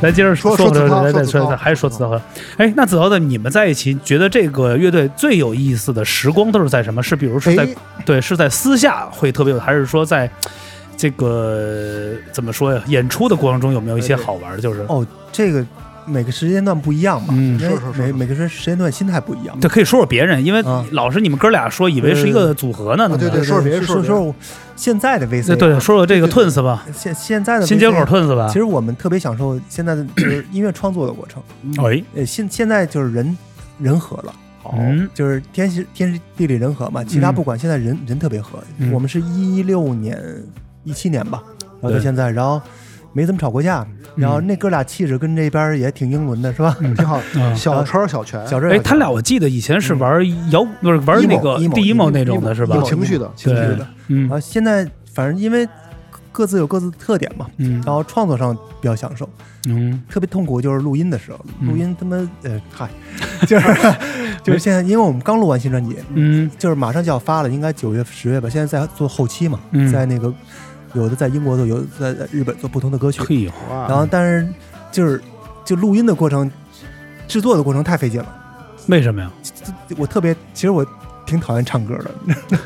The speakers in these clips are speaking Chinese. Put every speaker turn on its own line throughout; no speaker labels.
咱接着说
说
回来
说子韬
咱再
说子韬
说，还是说
嗯
子韬。哎，那子韬的你们在一起，觉得这个乐队最有意思的时光都是在什么？是比如是在
哎，
对，是在私下会特别有，还是说在这个怎么说呀？演出的过程中有没有一些
哎对
好玩的？就是
哦，这个每个时间段不一样嘛，
嗯
因为
是是是
每
是
每个时时间段心态不一样。
对，可以说说别人，因为
啊
老是你们哥俩说，以为是一个组合呢。
对
那
对
么
对说说别人
说
说说
说现在的 VC，
对对，说说这个
对对
Twins 吧，
现现在的
新
VC
街口 Twins 吧
其。实我们特别享受现在的就是音乐创作 的过程。
哎，
呃，现现在就是人人和了，
好
嗯，
就是天时天时地利人和嘛。其他
嗯
不管，现在人人特别和
嗯。
我们是一六年、一七年吧，然后到
对
现在，然后没怎么吵过架，然后那哥俩气质跟这边儿也挺英伦的，是吧？
嗯
挺好。
啊
小车小泉，
小
哎，
瑞，
他俩我记得以前是玩摇，不是玩那个
emo，emo，
地 emo 那种的是吧
有？情绪的，情
对
绪的，
嗯
然后啊现在反正因为各自有各自的特点嘛，
嗯
然后创作上比较享受。
嗯
特别痛苦就是录音的时候，
嗯
录音他妈呃嗨， 就是就是现在，因为我们刚录完新专辑，
嗯
就是马上就要发了，应该九月十月吧。现在在做后期嘛，
嗯
在那个有的在英国做，有的在日本做不同的歌曲，
嘿呦，
哇
然后但是就是就录音的过程、制作的过程太费劲了，
为什么呀？
我特别其实我挺讨厌唱歌的，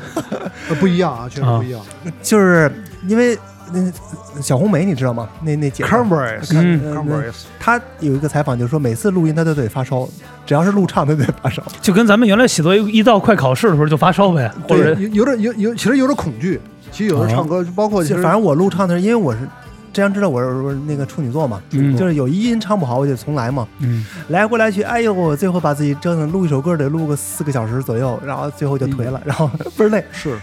呃不一样啊，确实不一样。
就是因为那小红梅你知道吗？那那姐们儿
Converse，
嗯
呃
Converse，
她有一个采访，就是说每次录音她都得发烧，只要是录唱她都得发烧。
就跟咱们原来写作业一到快考试的时候就发烧呗，或
对，
者
有有点有有，其实有点恐惧。其实有的唱歌，包括其
就
实
反正我录唱的时候，因为我是这样知道我是我是那个处女座嘛，
嗯
就是有一音唱不好我就重来嘛，
嗯
来回来去，哎呦，我最后把自己折腾，录一首歌得录个四个小时左右，然后最后就颓
嗯
了，然后 倍儿累。
是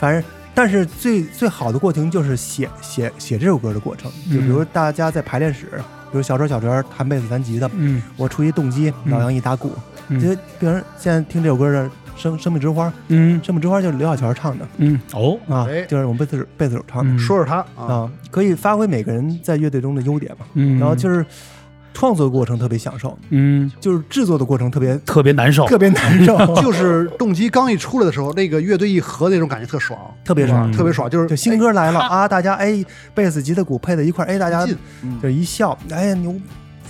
反正，但是最最好的过程就是写写写这首歌的过程，就比
嗯
如大家在排练室，比如小周小哲弹贝斯弹吉他，
嗯
我出一动机，
嗯
老杨一打鼓，
嗯
就比如现在听这首歌的《生生命之花》，
嗯
《生命之花》就是刘小泉唱的
嗯哦，
啊
哎，
就是我们贝斯手贝斯手唱的。
嗯
说说他啊，
啊，可以发挥每个人在乐队中的优点嘛。
嗯，
然后就是创作过程特别享受，
嗯
就是制作的过程特别
特别难受，
特别难受，
就是动机刚一出来的时候，那个乐队一合那种感觉特爽，
特别
嗯
爽。
特别爽，就是
就新歌来了
嗯
啊，大家哎，贝斯、吉他、鼓配在一块儿，哎，大
哎
家
劲
就一笑，哎，牛，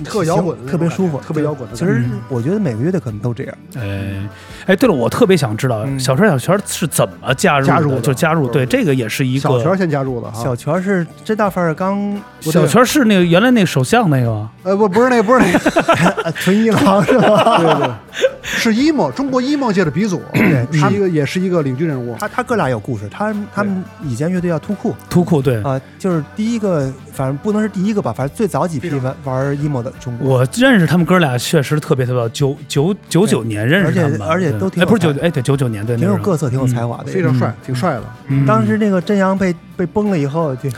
特摇滚的那种感
行
觉，
特别舒服，
特别摇滚的
其
感觉。
实
嗯
我觉得每个乐队可能都这样，
哎哎，对了，我特别想知道
嗯
小陈小泉是怎么加入
加入
的
的
就加入，对，
对
这个也是一
小
个
泉先加入的哈
小，泉是这大范儿刚
小泉是那个原来那个首相那个吗
呃不不是那个不是那个，
呃纯 一郎是吧？
对对，是 emo 中国 emo 界的鼻祖，
对
是一个也是一个领军人物。
他他哥俩有故事，他他们以前乐队叫突库，
图库，对
啊，就是第一个，反正不能是第一个吧，反正最早几批玩玩 emo 的中国，
我认识他们哥俩确实特别特别早，九九九九年认识他们吧，
而且
对
而且都挺
哎
有
不是九
才
哎对九九年对
挺有
那时候
各色、挺有才华的。
非常帅，挺帅的。
嗯
当时那个真阳被被崩了以后，就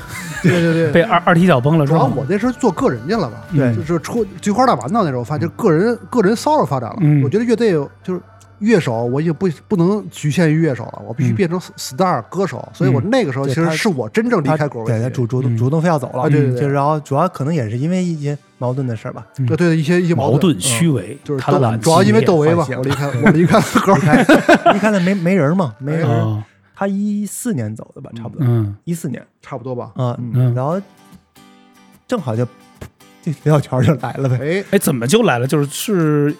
对对对，
被二二踢脚崩了，
主
是
要
吧？
我那时候做个人去了吧，
对
就是出菊花大丸子那时候发，就个人个人骚扰发展了。
嗯
我觉得乐队就是乐手，我已经不不能局限于乐手了，我必须
嗯
变成 star 歌手。所以我那个时候其
对
实
他
是我真正离
他
开果
对他
味
主主
嗯
动主动非要走了，
啊对对对
就然后主要可能也是因为一些矛盾的事儿吧，
对对一些一些
矛
盾嗯
盾、，虚伪，
就是
他的
斗
懒，
主要因为窦唯吧
换，血
我离开我离开了歌
离
儿。
开离开了没没人嘛，没
嗯
人。
哦，
他一四年走的吧，差不多
嗯
一四年
差不多吧。
啊，
嗯。
然后正好就就刘小泉就来了呗，
哎，
哎，怎么就来了？就是是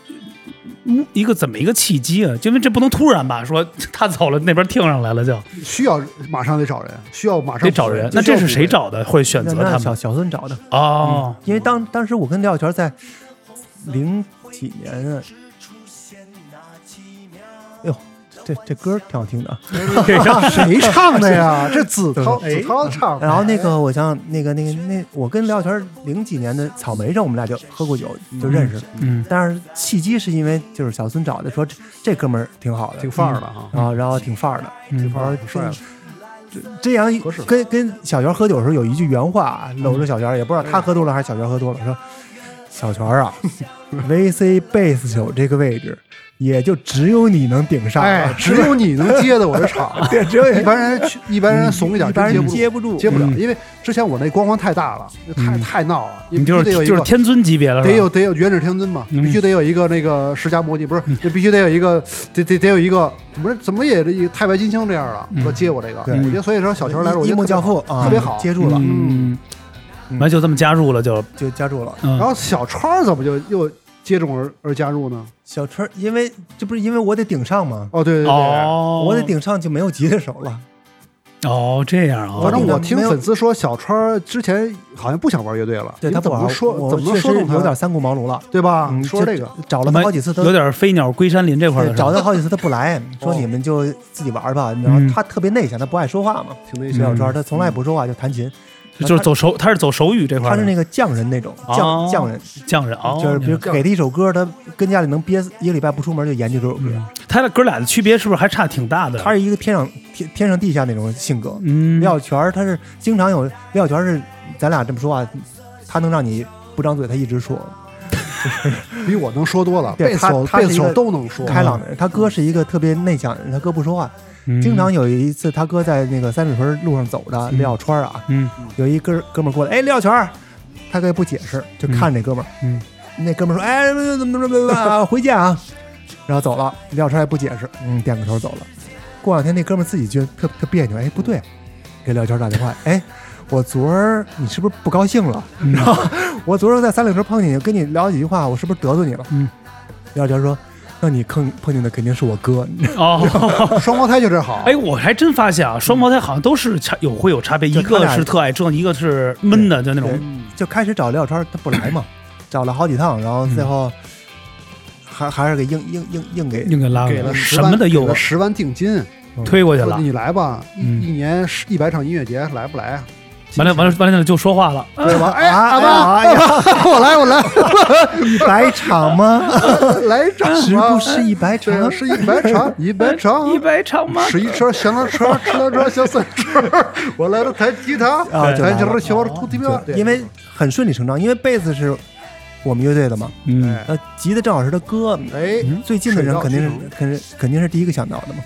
嗯一个怎么一个契机啊？就因为这不能突然吧，说 他走了，那边听上来了就
需要马上得找人，需要马上
得找人。那这是谁？找的？会选
那
择
那
他
小
们？
小孙找的，
哦，
因为当当时我跟廖小泉在零几年啊，哎呦，这这歌儿挺好听 的啊。
谁唱的 呀？这子韬，子韬唱
哎
的。
然后那个，我想那个那个那，我跟廖小泉零几年的草莓上，我们俩就喝过酒，就认识。
嗯
但是契机是因为就是小孙找的，说这这哥们儿挺好的，嗯
挺范儿的哈。
然后啊然后挺范儿的，
挺
范嗯儿
然
挺
后
帅的
这。这样一
合适嗯
跟跟小泉喝酒的时候有一句原话啊，搂着小泉，也不知道他喝多了还是小泉喝多了，说小泉 啊，VC 贝斯手这个位置也就只有你能顶上
哎，
了，
只有你能接的我这 场，
对，只有
一
你
般人去一般人怂一点，
一般人
真接
接不住
不，接不了，
嗯
因为之前我那光环太大了，那太
嗯
太闹了，
你
必
就
须
是
得有一
就是
个。
天尊级别了，是吧
得有得有元始天尊嘛，
嗯
必须得有一个那个释迦摩尼，不是，那必须得有一个，得得得有一个，不是怎么也得一个太白金星这样的，
嗯
说接我这个，
对
我觉得所以说小乔来了，我
一
觉
木
得特别
教
好嗯
父啊，
特别好
接住了。
嗯，完就这么加入了就，
就加入了。
嗯
然，后小超怎么就又接踵而而加入呢？
小车，因为这不是因为我得顶上吗？
哦，对对对，
哦，
我得顶上就没有吉他手了。
哦，这样啊，
反正我听
没有
粉丝说，小川之前好像不想玩乐队了，
对
你
他
怎
不玩
么
儿，
说？
我
怎么能
确
说
实
动他？
有点三顾茅庐了。
对吧？
嗯
说这个，
找了他好几次，
有
他
点飞鸟归山林这块儿的
对
是哦吧
找他好几次他 不来，说你们就自己玩儿吧。然
嗯
后他特别内向，他不爱说话嘛。
挺那
徐小
啥
嗯。
川他从来不说话，就弹琴。
就是走手，他是走手语这块
他
儿的，
是那个匠人那种
哦
匠匠人，
匠人哦，
就是比如
明白
给他一首歌，他跟家里能憋一个礼拜不出门就研究这首歌。
他俩哥俩的区别是不是还差挺大的？
他是一个天上天天上地下那种性格。
嗯，
李小泉儿他是经常有，李小泉儿是咱俩这么说话，他能让你不张嘴，他一直说。
比我能说多了，
对
贝斯
他
手
他
贝
是
斯
一个
手都能说。
开朗的人，他哥是一个特别内向的人，他哥不说话。
嗯
经常有一次，他哥在那个三里屯路上走着，
嗯
李小川啊，
嗯
有一哥哥们儿过来，哎，李小泉儿，他哥也不解释，就看那哥们儿，
嗯
那哥们儿说，哎，怎么怎么怎么怎么，回见啊，然后走了，李小川也不解释，嗯，点个头走了。过两天那哥们儿自己觉得特特别扭，哎，不对，给李小泉打电话，哎，我昨儿你是不是不高兴了？
嗯
然后我昨儿在三里屯碰见你，跟你聊几句话，我是不是得罪你了？
嗯，
李小泉说，那你碰碰见的肯定是我哥，
哦，
嗯双胞胎就这好，
哎，我还真发现啊，双胞胎好像都是差有会有差别，
就
一
他
个
俩
是特爱折腾，一个是闷的，就那种
嗯
就开始找廖川，他不来嘛，找了好几趟，然后最后还还是给硬硬硬硬给
硬给拉
给了十
什
万，
么的
给
诱
了
饵
十万定金，
推过去
说
了，
你来吧，一
嗯
一年一百场音乐节，来不来啊？
完了完了完了就说话了，
对吧？哎，
啊
阿爸，
哎呀
我来，我来，
一百场吗？
来一场吧，
是不是一百
对
场？啊
是一百场， 一百场，
哎一百场吗？
十一车、小两车、吃两车、小三车， 我来了弹吉他，
啊就来
弹吉他
了
小土地庙，
因为很顺理成章，因为贝斯是我们乐队的嘛，
嗯，
哎
呃，吉他正好是他哥，
哎，
最近的人肯定
水到
是肯定肯定是第一个想到的嘛，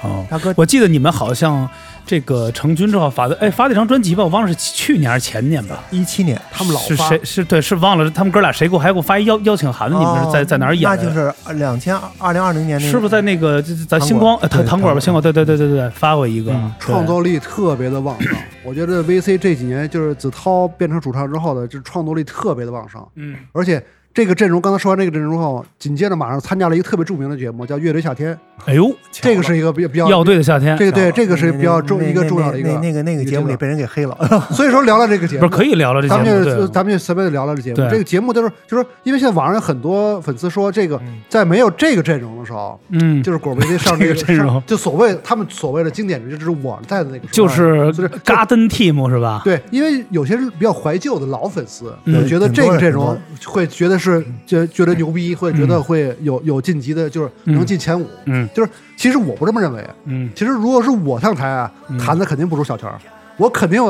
好。
他哥
我记得你们好像这个成军之后发的，哎，发了一张专辑吧，我忘了是去年还是前年吧。
一七年
他们老
是
发
谁？是对，是忘了他们哥俩谁给我还给我发一邀邀请函呢？你们是在
哦
在哪儿演的？啊
那就是两千二零二零年那个，
是不是在那个这这咱星光
糖果
呃糖
对
糖果吧？星
糖
光对对对对对，发过一个
嗯
创造力特别的旺盛。我觉得 VC 这几年就是子韬变成主唱之后的，这创作力特别的旺盛。
嗯
而且这个阵容，刚才说完这个阵容后，紧接着马上参加了一个特别著名的节目，叫《乐队夏天》，
哎呦，
这个是一个比较比
要
较。
对的夏天
这个对，这个是
那
比较
那
重
那
一个
那
重要的一
那
个，
那个那个节目里被人给黑了，
所以说聊聊这个节
不
目，
是可以聊聊这节
咱们
目对
就
啊？
咱们就随便地聊聊这节目。
对
这个节目就是就是因为现在网上有很多粉丝说，这个
嗯
在没有这个阵容的时候，
嗯，
就是果维迪上这个
这个阵容
上就所谓他们所谓的经典，就是我在的那个时候，
就是
就是
Garden Team 是吧？
对，因为有些是比较怀旧的老粉丝，
嗯
我觉得这个阵
很多
容
人
会觉得是觉觉得牛逼，会觉得会有有晋级的，就是能
嗯
进前五。
嗯
就是其实我不这么认为，
嗯
其实如果是我上台啊，弹的肯定不如小泉儿，我肯定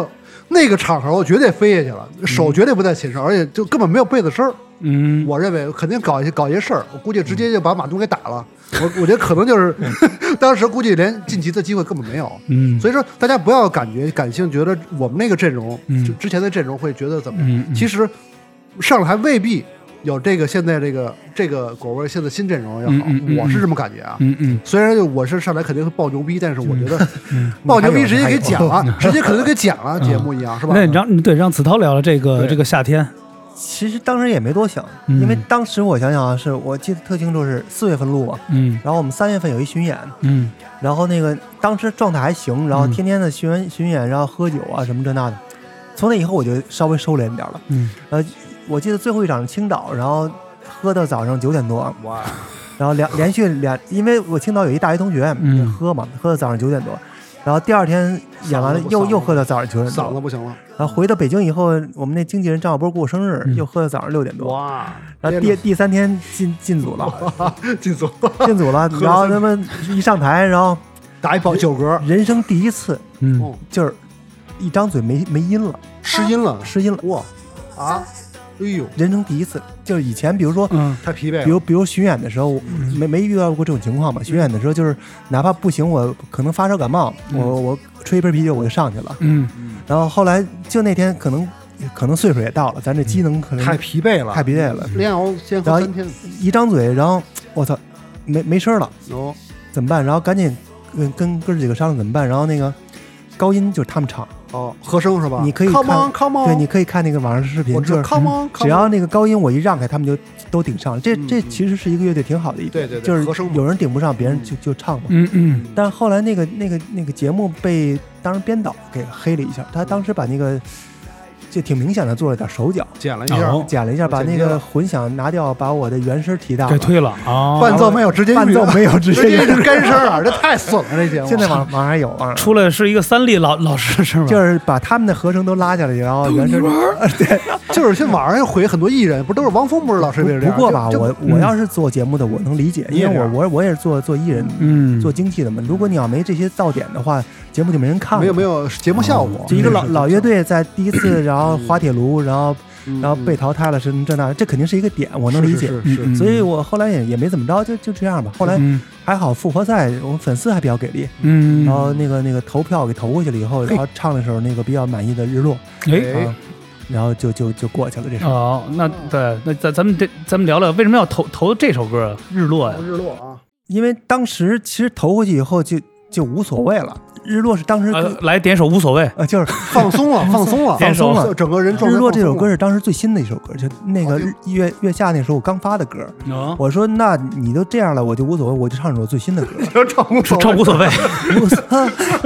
那个场合我绝对飞下去了，手绝对不在琴上，而且就根本没有背子声儿。
嗯，
我认为肯定搞一些搞一些事儿，我估计直接就把马东给打了。我我觉得可能就是 当时估计连晋级的机会根本没有。
嗯
所以说大家不要感觉感性，觉得我们那个阵容，
嗯
就之前的阵容会觉得怎么样？
嗯嗯
其实上来还未必有这个现在这个这个果味儿现在新阵容要好，
嗯嗯嗯
我是这么感觉啊。
嗯嗯
虽然就我是上来肯定会爆牛逼，但是我觉得
嗯
爆牛
还
逼
有
直接
还
给
有
剪了，直接可能给剪了，节目一样是吧？
那你让对让子韬聊聊这个
对
这个夏天，
其实当时也没多想，
嗯
因为当时我想想啊，是我记得特清楚是四月份录啊，
嗯
然后我们三月份有一巡演，
嗯
然后那个当时状态还行，然后
嗯
天天的巡完巡演，然后喝酒啊什么这那的。从那以后我就稍微收敛点了。
嗯，
我记得最后一场是青岛，然后喝到早上九点多，
哇，
然后连连续两，因为我青岛有一大学同学，
嗯
也喝嘛，喝到早上九点多，然后第二天演完了
嗓子不
又
嗓子
又喝到早上九点
嗓子
多，
不行了，
然后回到北京以后，我们那经纪人张小波过生日，
嗯
又喝到早上六点多，
哇，
然后第第三天进进组了，
进走
进组了，然后他们一上台，然后
打一保九格，
人生第一次
嗯
哦，
就是一张嘴没没音了，
失音了，
失音了，
哇啊，哎呦，
人生第一次，就是以前比如说。
嗯
太疲惫了，
比如，比如巡演的时候，没没遇到过这种情况吧？巡演的时候，就是哪怕不行，我可能发烧感冒，
嗯
我我吹一瓶啤酒我就上去了。
嗯
然后后来就那天可能可能岁数也到了，咱这机能可能
太疲惫了，
太疲惫了，
连熬先喝三天，
一张嘴，然后我操，没没声儿了，
哦，
怎么办？然后赶紧跟跟哥几个商量怎么办。然后那个高音就是他们唱，
哦，和声是吧？
你可以看
，come on come on，
对，你可以看那个网上视频，
哦我知
就
道
是
come on，
嗯只要那个高音我一让开，他们就都顶上了。这
嗯
这
嗯
其实是一个乐队挺好的一点，
对对对
就
和
是
声嘛
有人顶不上，别人就就唱嘛。
嗯嗯，
但是后来那个那个那个节目被当时编导给黑了一下，
嗯
他当时把那个就挺明显的做了点手脚，
剪了一
然
下，
后
剪了一下，把那
哦剪辑
个
了
混响拿掉，把我的原声提到了
给，推了啊。
伴奏没有直接
伴奏没有 直
直
接
接
用。
是干声啊，这太损了，这节目。
现在网网上有，啊网上有
出来是一个三立老老师是吗？
就是把他们的合成都拉下来，然后原声。
就是现在网上毁很多艺人，不都是王峰不是老是也是这样？
不过吧，
就
我
嗯
我要是做节目的，我能理解，
你也
因为我
这样
我我也是啊做做艺人、
嗯，
做经济的嘛。如果你要没这些噪点的话，节目就没人
就
看了。
没有没有节目效果，
就一个老
嗯
老乐，队在第一 次，然后滑铁卢，然后
嗯
然后被淘汰了，什么这那，这肯定是一个点，我能理解。
是是
嗯
是是
嗯
所以我后来也也没怎么着，就就这样吧。后来
嗯
还好，复活赛我们粉丝还比较给力，
嗯，
然后那个那个投票给投过去了以后，然后唱了一首那个比较满意的《日落》，
哎。
哎
啊，然后就就就过去了这事。
哦，那对，那咱咱们这咱们聊聊为什么要投投这首歌《日落》呀？
日落啊，
因为当时其实投过去以后就就无所谓了，日落是当时
呃，来点首无所谓，
呃就是
放松
嗯
了，放松了，
放松了
就整个人状态
日落这首
放松
歌
了
是当时最新的一首歌，就那
哦
个日月月下那时候我刚发的歌。
啊，
我说那你都这样了，我就无所谓，我就唱首最新的歌。
就唱不
唱无所谓，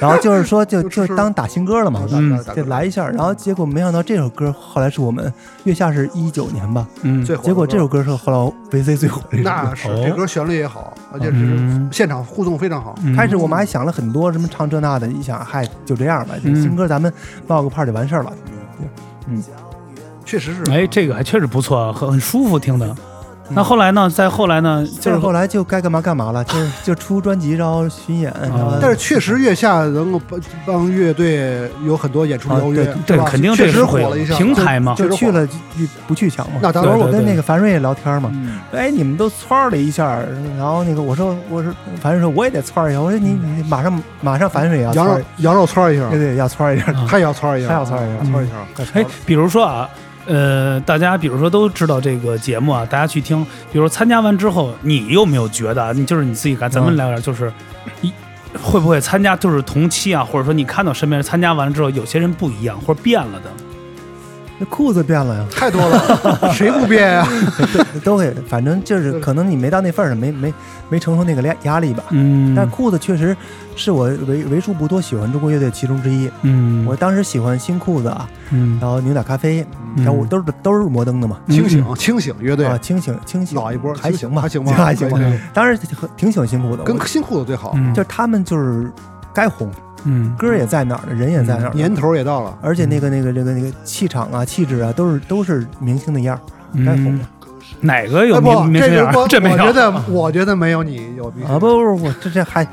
然后就是说就就
就
当打新歌了嘛，
嗯
打
就
歌
来一下。然后结果没想到这首歌后来是我们月下是一九年吧，
嗯，
最火的
结果这
歌
首歌是后来 VC 最火的一首歌。
那是
哦
这歌旋律也好，而且
嗯
是现场互动非常好。
嗯
开始我们还想了很多什么唱这那的，一想嗨就这样吧，
嗯
新歌咱们冒个泡就完事儿了。
确实是。
哎，这个还确实不错，啊很很舒服听的。那后来呢？再后来呢？就
就
是
是后来就该干嘛干嘛了，
啊
就是就出专辑，然后巡演，然后
但是确实，月下能够帮帮乐队有很多演出
啊
邀约
对，
对
是，吧
肯定
确
这个
实
是会
火
有
了一下。
平台嘛。
就去了就不去抢嘛。
那当
然，
然
我
对对
跟
对
那个樊瑞也聊天嘛，
嗯
哎，你们都窜了一下，然后那个我说我说樊瑞说我也得窜一下，我说你你马上马上樊瑞也要
羊
窜
肉
一，
羊肉串一下
对，对要窜一 下，
嗯啊
他也要串一下，嗯
他要窜一下
要窜一下。
要窜
哎
一下，
比如说啊，呃，大家比如说都知道这个节目啊，大家去听，比如说参加完之后，你有没有觉得啊，你就是你自己感，咱
嗯
们聊聊，就是你会不会参加，就是同期啊，或者说你看到身边人参加完了之后，有些人不一样或者变了的，
那裤子变了呀，
太多了，谁不变呀？
对都给，反正就是可能你没到那份儿上，没没没承受那个压压力吧。
嗯
但裤子确实是我为为数不多喜欢中国乐队其中之一。
嗯，
我当时喜欢新裤子啊，
嗯
然后牛奶咖啡，然后
嗯
我都是都是摩登的嘛，
清醒，清醒，乐队
啊，清醒清醒，
老一波
还行吧，
还行吧，
还行吧
可以可以
当时挺挺喜欢新裤子，
跟
我
新裤子最好，
嗯
就是他们就是该红，
嗯
歌也在哪儿呢，人也在哪儿呢，
嗯
嗯
年头也到了。
而且那个那个那个那个气场啊、气质啊，都是都是明星的样儿，该红了
嗯哪个
哎
有
不
明，明
这
星
人
眼
我
儿？啊这没
我
有，
觉得，我觉得没有你有明
啊！不
不，
不不，这这还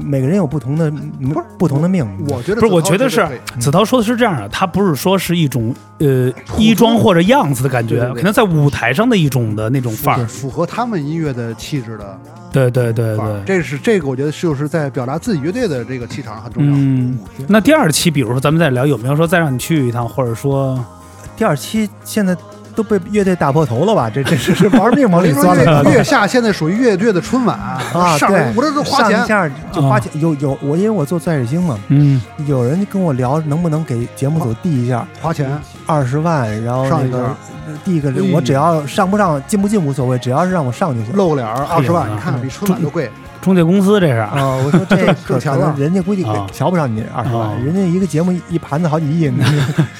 每个人有不同的不
是
不同的命，
我觉得
不是我
子韬
觉得
绝对
是
可以
子韬说的是这样的，他不是说是一种呃衣装或者样子的感觉，
对对对
可能在舞台上的一种的那种范儿。
符合他们音乐的气质的
对对对
范儿
对，，
这是这个我觉得就是在表达自己乐队的这个气场很重要。
嗯。那第二期，比如说咱们再聊，有没有说再让你去一趟，或者说
第二期现在都被乐队打破头了吧？这 这是是玩命
我
往
跟
里
你
钻
说，
了
月。月下现在属于乐队的春晚
啊，
啊上
对，
我这都花
上
钱
一，下就花钱，有有我，因为我做钻石星嘛，
嗯
有人跟我聊能不能给节目组递一下
花钱
二十万，然后
上
那
一
个
下
递个
嗯
我只要上不上进不进无所谓，只要是让我上就行。
露个脸二十
哎
万，
呀
你看比春晚都贵，
中介公司这是啊
啊，我说 这可
挣钱
可
了
能人家估计
啊
瞧不上你二十
啊
万，人家一个节目一盘子好几亿呢。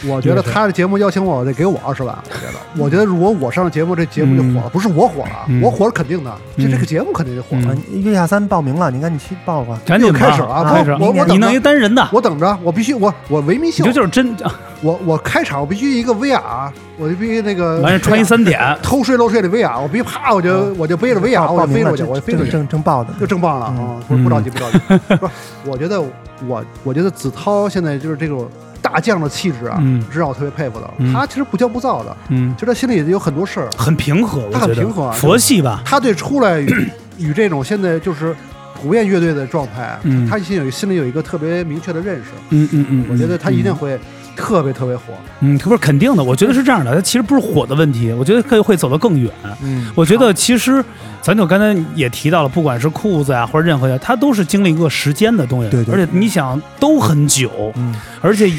我觉得他的节目邀请我得给我二十万，我觉得，我觉得如果我上了节目，这节目就火了，不是我火了
嗯，
我火是肯定的，这
嗯
这个节目肯定就火
嗯
了。
啊 月下三报名了，你赶紧去报吧。
赶紧吧
开始了啊
开始
我
我
我等着
你弄一单人的，
我等着，我必须，我我维密
你
秀
这，就是真，啊
我我开场我必须一个 VR，我就必须那个
完事穿一啊 三点，
偷税漏税的 VR，我必须啪我就我就背着 VR
报
我就
名
飞
了，
出去，我就飞出
正
去。
正正报的，
就正棒了啊！不
嗯
不着急，不着急。 不是，我觉得我我觉得子韬现在就是这种大将的气质啊
嗯，
是让我特别佩服的
嗯。
他其实不骄不躁的，
嗯，
就他心里有很多事儿，
很平和，我
他
觉
很
得
平和啊
佛系吧，
他对出来 与与这种现在就是普遍乐队的状态啊
嗯，
他心里有心里有一个特别明确的认识。
嗯嗯嗯，
我觉得他一定
嗯
会特别特别火。
嗯，不是肯定的，我觉得是这样的，它其实不是火的问题，我觉得可以会走得更远。
嗯，
我觉得其实，咱就刚才也提到了，不管是裤子呀、或者任何的，它都是经历过时间的东西。
对对
而且你想，都很久，
嗯，
而且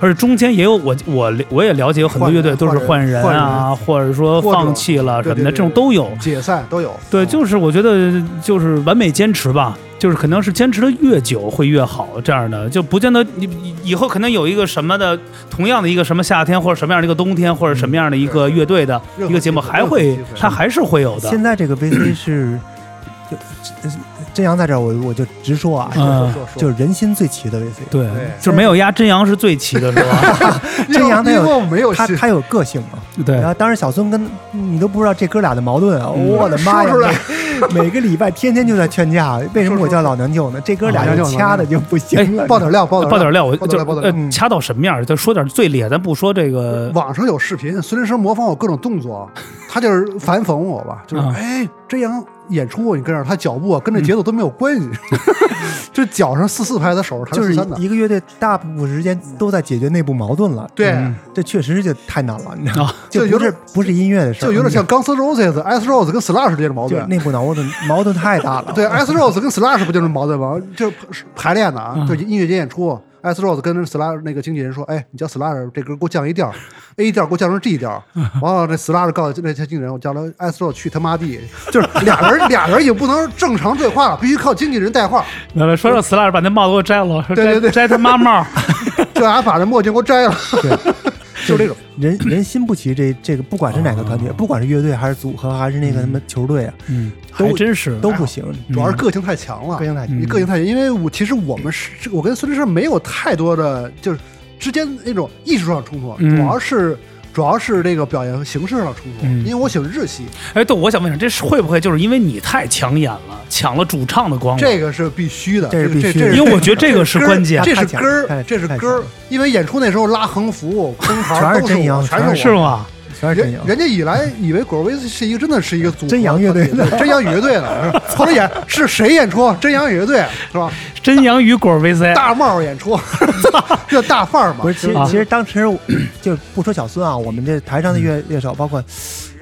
而且中间也有我我我也了解有很多乐队
换
都
人
是换人
换人
啊，或者说
或者
放弃了什
对
么的，
对嗯对
啊这种都有。
解散都有，哦
对，就是我觉得就是完美坚持吧，就是可能是坚持的越久会越好，这样的就不见得你你以后可能有一个什么的同样的一个什么夏天或者什么样的一个冬天或者什么样的一个乐队的
任何
一个节目
机会
还
任
会
何机会
它还是会有的
现。在这个 VC 是，就呃真阳在这儿，我我就直说啊，
嗯
说说说，
就是人心最齐的 VC，
对
对，
就是没有压真阳是最齐的，是 吧？
真阳他
因为
有
因为我没有
他
信
他有个性嘛。
对
哎
然，后当时小孙跟你都不知道这哥俩的矛盾啊，
嗯
我的妈呀
说出来！
每每个礼拜天天就在劝架，为什么我叫老娘舅呢？这哥俩就掐的就不行
哎
了。
嗯爆点料，爆点
爆点料，我
爆
就
点料，
是
爆点料。
呃
嗯
掐到什么样儿，就说点最烈，咱不说这个。
网上有视频，孙林生模仿我各种动 作，他就是反讽我吧，就是
啊
嗯
哎，这样演出你跟上他脚步啊跟这节奏都没有关 系，这脚上四四拍，他手上弹
就是
四三的，
一个乐队大部分时间都在解决内部矛盾了，
对，
嗯
这确实就太难了，你知道吗
啊？
就有
不是
点
不是音乐的事儿，
就有点像钢丝 Roses、S Rose 跟 Slash 之间的矛
就是
盾。
内部 矛盾，矛盾太大了。
对，S Rose 跟 Slash 不就是矛盾吗？就是排练的啊
嗯，
就音乐节演出，S Rose 跟 Slash 那个经纪人说：“哎，你叫 Slash 这歌给我降一调，A 调给我降成 G 调。”完了，那 Slash 告诉那些经纪人：“我叫了 S Rose 去他妈地！”就是俩人俩人也不能正常对话了，必须靠经纪人带话。
来来，说说 Slash 把那帽子给我摘了，说
对
摘
对对
摘他妈帽 儿。
这俩把这墨镜给我摘了， 就是这种。
人人心不齐，这这个不管是哪个团体，
啊
不管是乐队还是组合还是那个什么球队啊，
嗯，
都
还真是
都不行。
主要是嗯个性太强了，嗯
个性太强
你个性太强，因为我其实我们是，这个我跟孙律师没有太多的就是之间那种艺术上冲突，
嗯
主要是主要是这个表演形式上冲突，
嗯
因为我喜欢日系，
哎，对，我想问一下，这是会不会就是因为你太抢眼了，抢了主唱的光了？
这个是必须的，
这是
哦这
必须的
这
因为我觉得这个是
根儿
关键，
这是
太强
根
太
儿，这是
太
根
强
儿
了，
因为演出那时候拉横幅、空
全
牌
是
都是
真
我，
阳
全
是
我。
吗？
全是真
人
阳，
人家以来以为果儿威斯是一个真的是一个组合
真阳乐队
对真阳乐队 了，是吧后来演是谁演出真阳乐队是吧？
真阳与果儿 VC，
大帽演出， 这大范儿嘛。
不是，其实
啊
其实当时我就不说小孙啊，我们这台上的
嗯
乐乐手，包括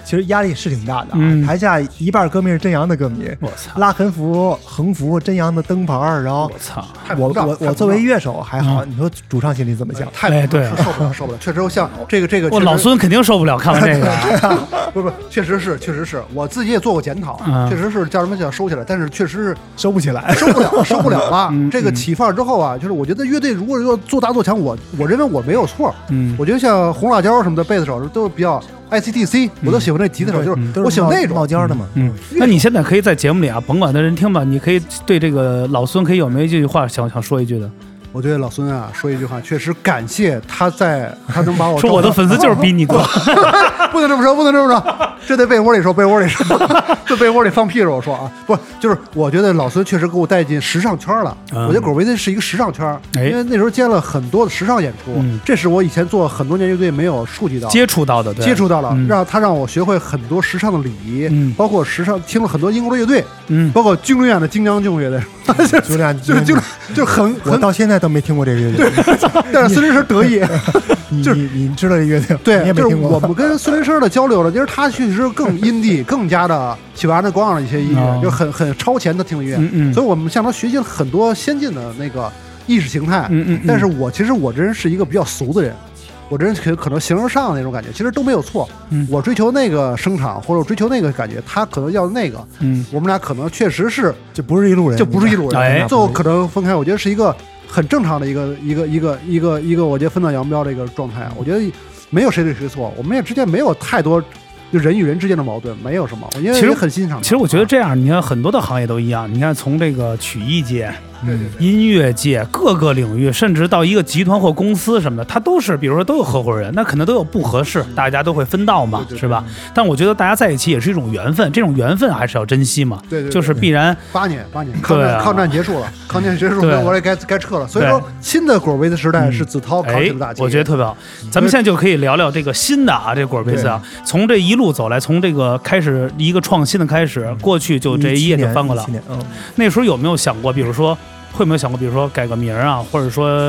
其实压力是挺大的啊。
嗯
台下一半歌迷是真阳的歌迷，
我操，
拉横幅、横幅、真阳的灯牌儿，然后
我操，
太
我
膨胀
我
太膨嗯
我作为
胀
乐手还好，你说主唱心里怎么想？
太
哎
膨胀
对
了受不了受不了，确实像这个这个
我
确实
老孙肯定受不了，看完 这个，
不不，确实是确实是我自己也做过检讨
嗯，
确实是叫什么叫收起来，但是确实
收不起来
是。收不 了收不了了
嗯。
这个起范儿之后啊，就是我觉得乐队如果要做大做强，我我认为我没有错。
嗯，
我觉得像红辣椒什么的贝斯手都是比较 ICDC，我都喜欢那吉他手，就
嗯
是
都
我喜欢
冒
那
冒
种。
尖儿的嘛。
嗯，那你现在可以在节目里啊，甭管他人听吧，你可以对这个老孙可以有没有一句话想想说一句的，
我对老孙啊说一句话，确实感谢他在他能把我
说我的粉丝就是比你多，
不能这么说，不能这么说，这在被窝里说，被窝里说， 在被窝里放屁时候说啊，不就是我觉得老孙确实给我带进时尚圈了。
嗯
我觉得果维森是一个时尚圈，
哎
因为那时候接了很多的时尚演出，
嗯
这是我以前做很多年乐队没有触及到。
接触到的，对
接触到了，
嗯
让他让我学会很多时尚的礼仪，
嗯
包括时尚，听了很多英国乐队，
嗯，
包括军中院的金刚军乐队，
就这样，
就是就是就是很
我
很，
到现在都没听过这个乐队。
但是孙真是得意，
你
就是
你你知道这乐队？你
对，
也
就
没
是
听过。
我们跟孙林生的交流了，因为他确实更阴地，更加的喜欢那光的一些音
哦
乐，就很很超前的听音乐，
嗯嗯
所以我们向他学习了很多先进的那个意识形态。
嗯嗯嗯
但是我其实我这人是一个比较俗的人，我这人可可能形而上的那种感觉，其实都没有错。
嗯
我追求那个声场，或者我追求那个感觉，他可能要那个，
嗯，
我们俩可能确实是
这不是一路人，
就不是一路人，
哎
最后可能分开，我觉得是一个很正常的一个一个一个一个一个，我觉得分道扬镳的一个状态。我觉得没有谁对谁错，我们也之间没有太多就人与人之间的矛盾，没有什么，因为
其实
也很欣赏他。
其实我觉得这样，你看很多的行业都一样，你看从这个曲艺界。
对对
音乐界各个领域，甚至到一个集团或公司什么的，它都是，比如说都有合伙人，那可能都有不合适，大家都会分道嘛，
对对对
是吧？但我觉得大家在一起也是一种缘分，这种缘分还是要珍惜嘛。
对对对
就是必然，
八年八年抗战、
对啊
抗战结束了，抗战结束
对
了，我也该该撤了。所以说
对，
新的果维的时代是子涛扛
哎
起了大，旗。
我觉得特别好。咱们现在就可以聊聊这个新的啊，这果贝斯啊，从这一路走来，从这个开始一个创新的开始，过去就这一
一
页就翻过来
七。年，嗯，
那时候有没有想过，比如说会没有想过，比如说改个名儿啊，或者说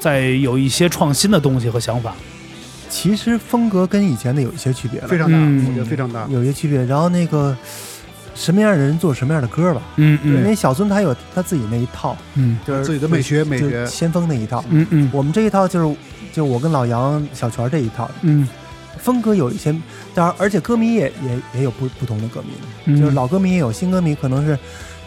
再有一些创新的东西和想法？
其实风格跟以前的有一些区别了，
非常大，
嗯
我觉得非常大。
有一些区别。然后那个什么样的人做什么样的歌吧，
嗯
因
嗯
为小孙他有他自己那一套，
嗯
就是
自己的美学美
就
学
是先锋那一套。
嗯嗯
我们这一套就是就我跟老杨、小泉这一套
嗯
风格有一些，当然而且歌迷也也也有不不同的歌迷，
嗯，
就是老歌迷也有新歌迷，可能是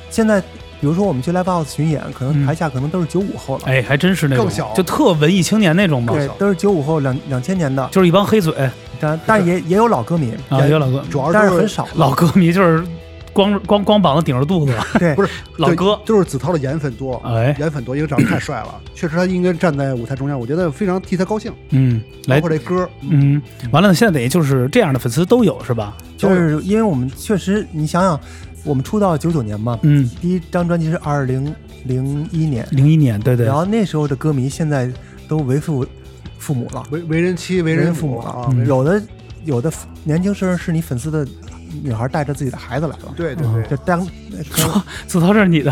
现在。比如说，我们去 live house 巡演，可能
嗯
台下可能都是九五后了，
哎，还真是那种
更小
就特文艺青年那种嘛，
对，都是九五后两两千年的，
就是一帮黑嘴
但但也也有老歌迷，
啊，有老哥，
主要
但是
就
很
是
少了。
老歌迷就是光光光膀子顶着肚子，
对
不是
老哥，
就是子韬的颜粉多，
哎，
颜粉多，因为长得太帅了，确实他应该站在舞台中央，我觉得非常替他高兴。
嗯，
包
来
括，这歌，
嗯，完了，现在得就是这样的粉丝都有是吧？
就是因为我们确实，你想想，我们出道九九年嘛，
嗯，
第一张专辑是二零零一年，
零一年，对对
然，后那时候的歌迷现在都为父父母了，
为为人妻，为
为人
人
父母
啊
了，，
为
嗯
人
有的有的年轻时候是你粉丝的女孩带着自己的孩子来了，
对对对，
就当
说子韬这是你的，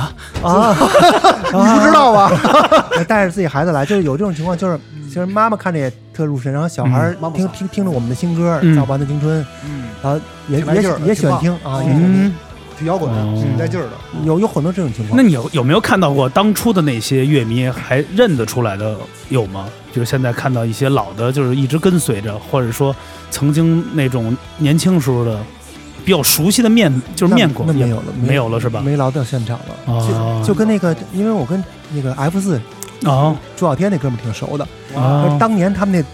啊，
你不知道啊吧？
带着自己孩子来，就是有这种情况，就是其实妈妈看着也特入神，然后小孩儿
嗯妈妈
听
桑
听听着我们的新歌
嗯
《造不完的青春》，
嗯，
然后也
挺来
也
劲儿的
也
挺
喜欢
棒
听啊，也喜欢听
嗯，
挺摇滚
哦
的，挺带劲儿的。
有有很多这种情况
那。你有有没有看到过当初的那些乐迷还认得出来的有吗？就是现在看到一些老的，就是一直跟随着，或者说曾经那种年轻时候的比较熟悉的面，就是
那
面孔
那
也
没有了，
没有了是吧？
没来到现场
哦
了，就就跟那个，因为我跟那个 F 四
啊
朱小天那哥们儿挺熟的，
啊
而当年他们那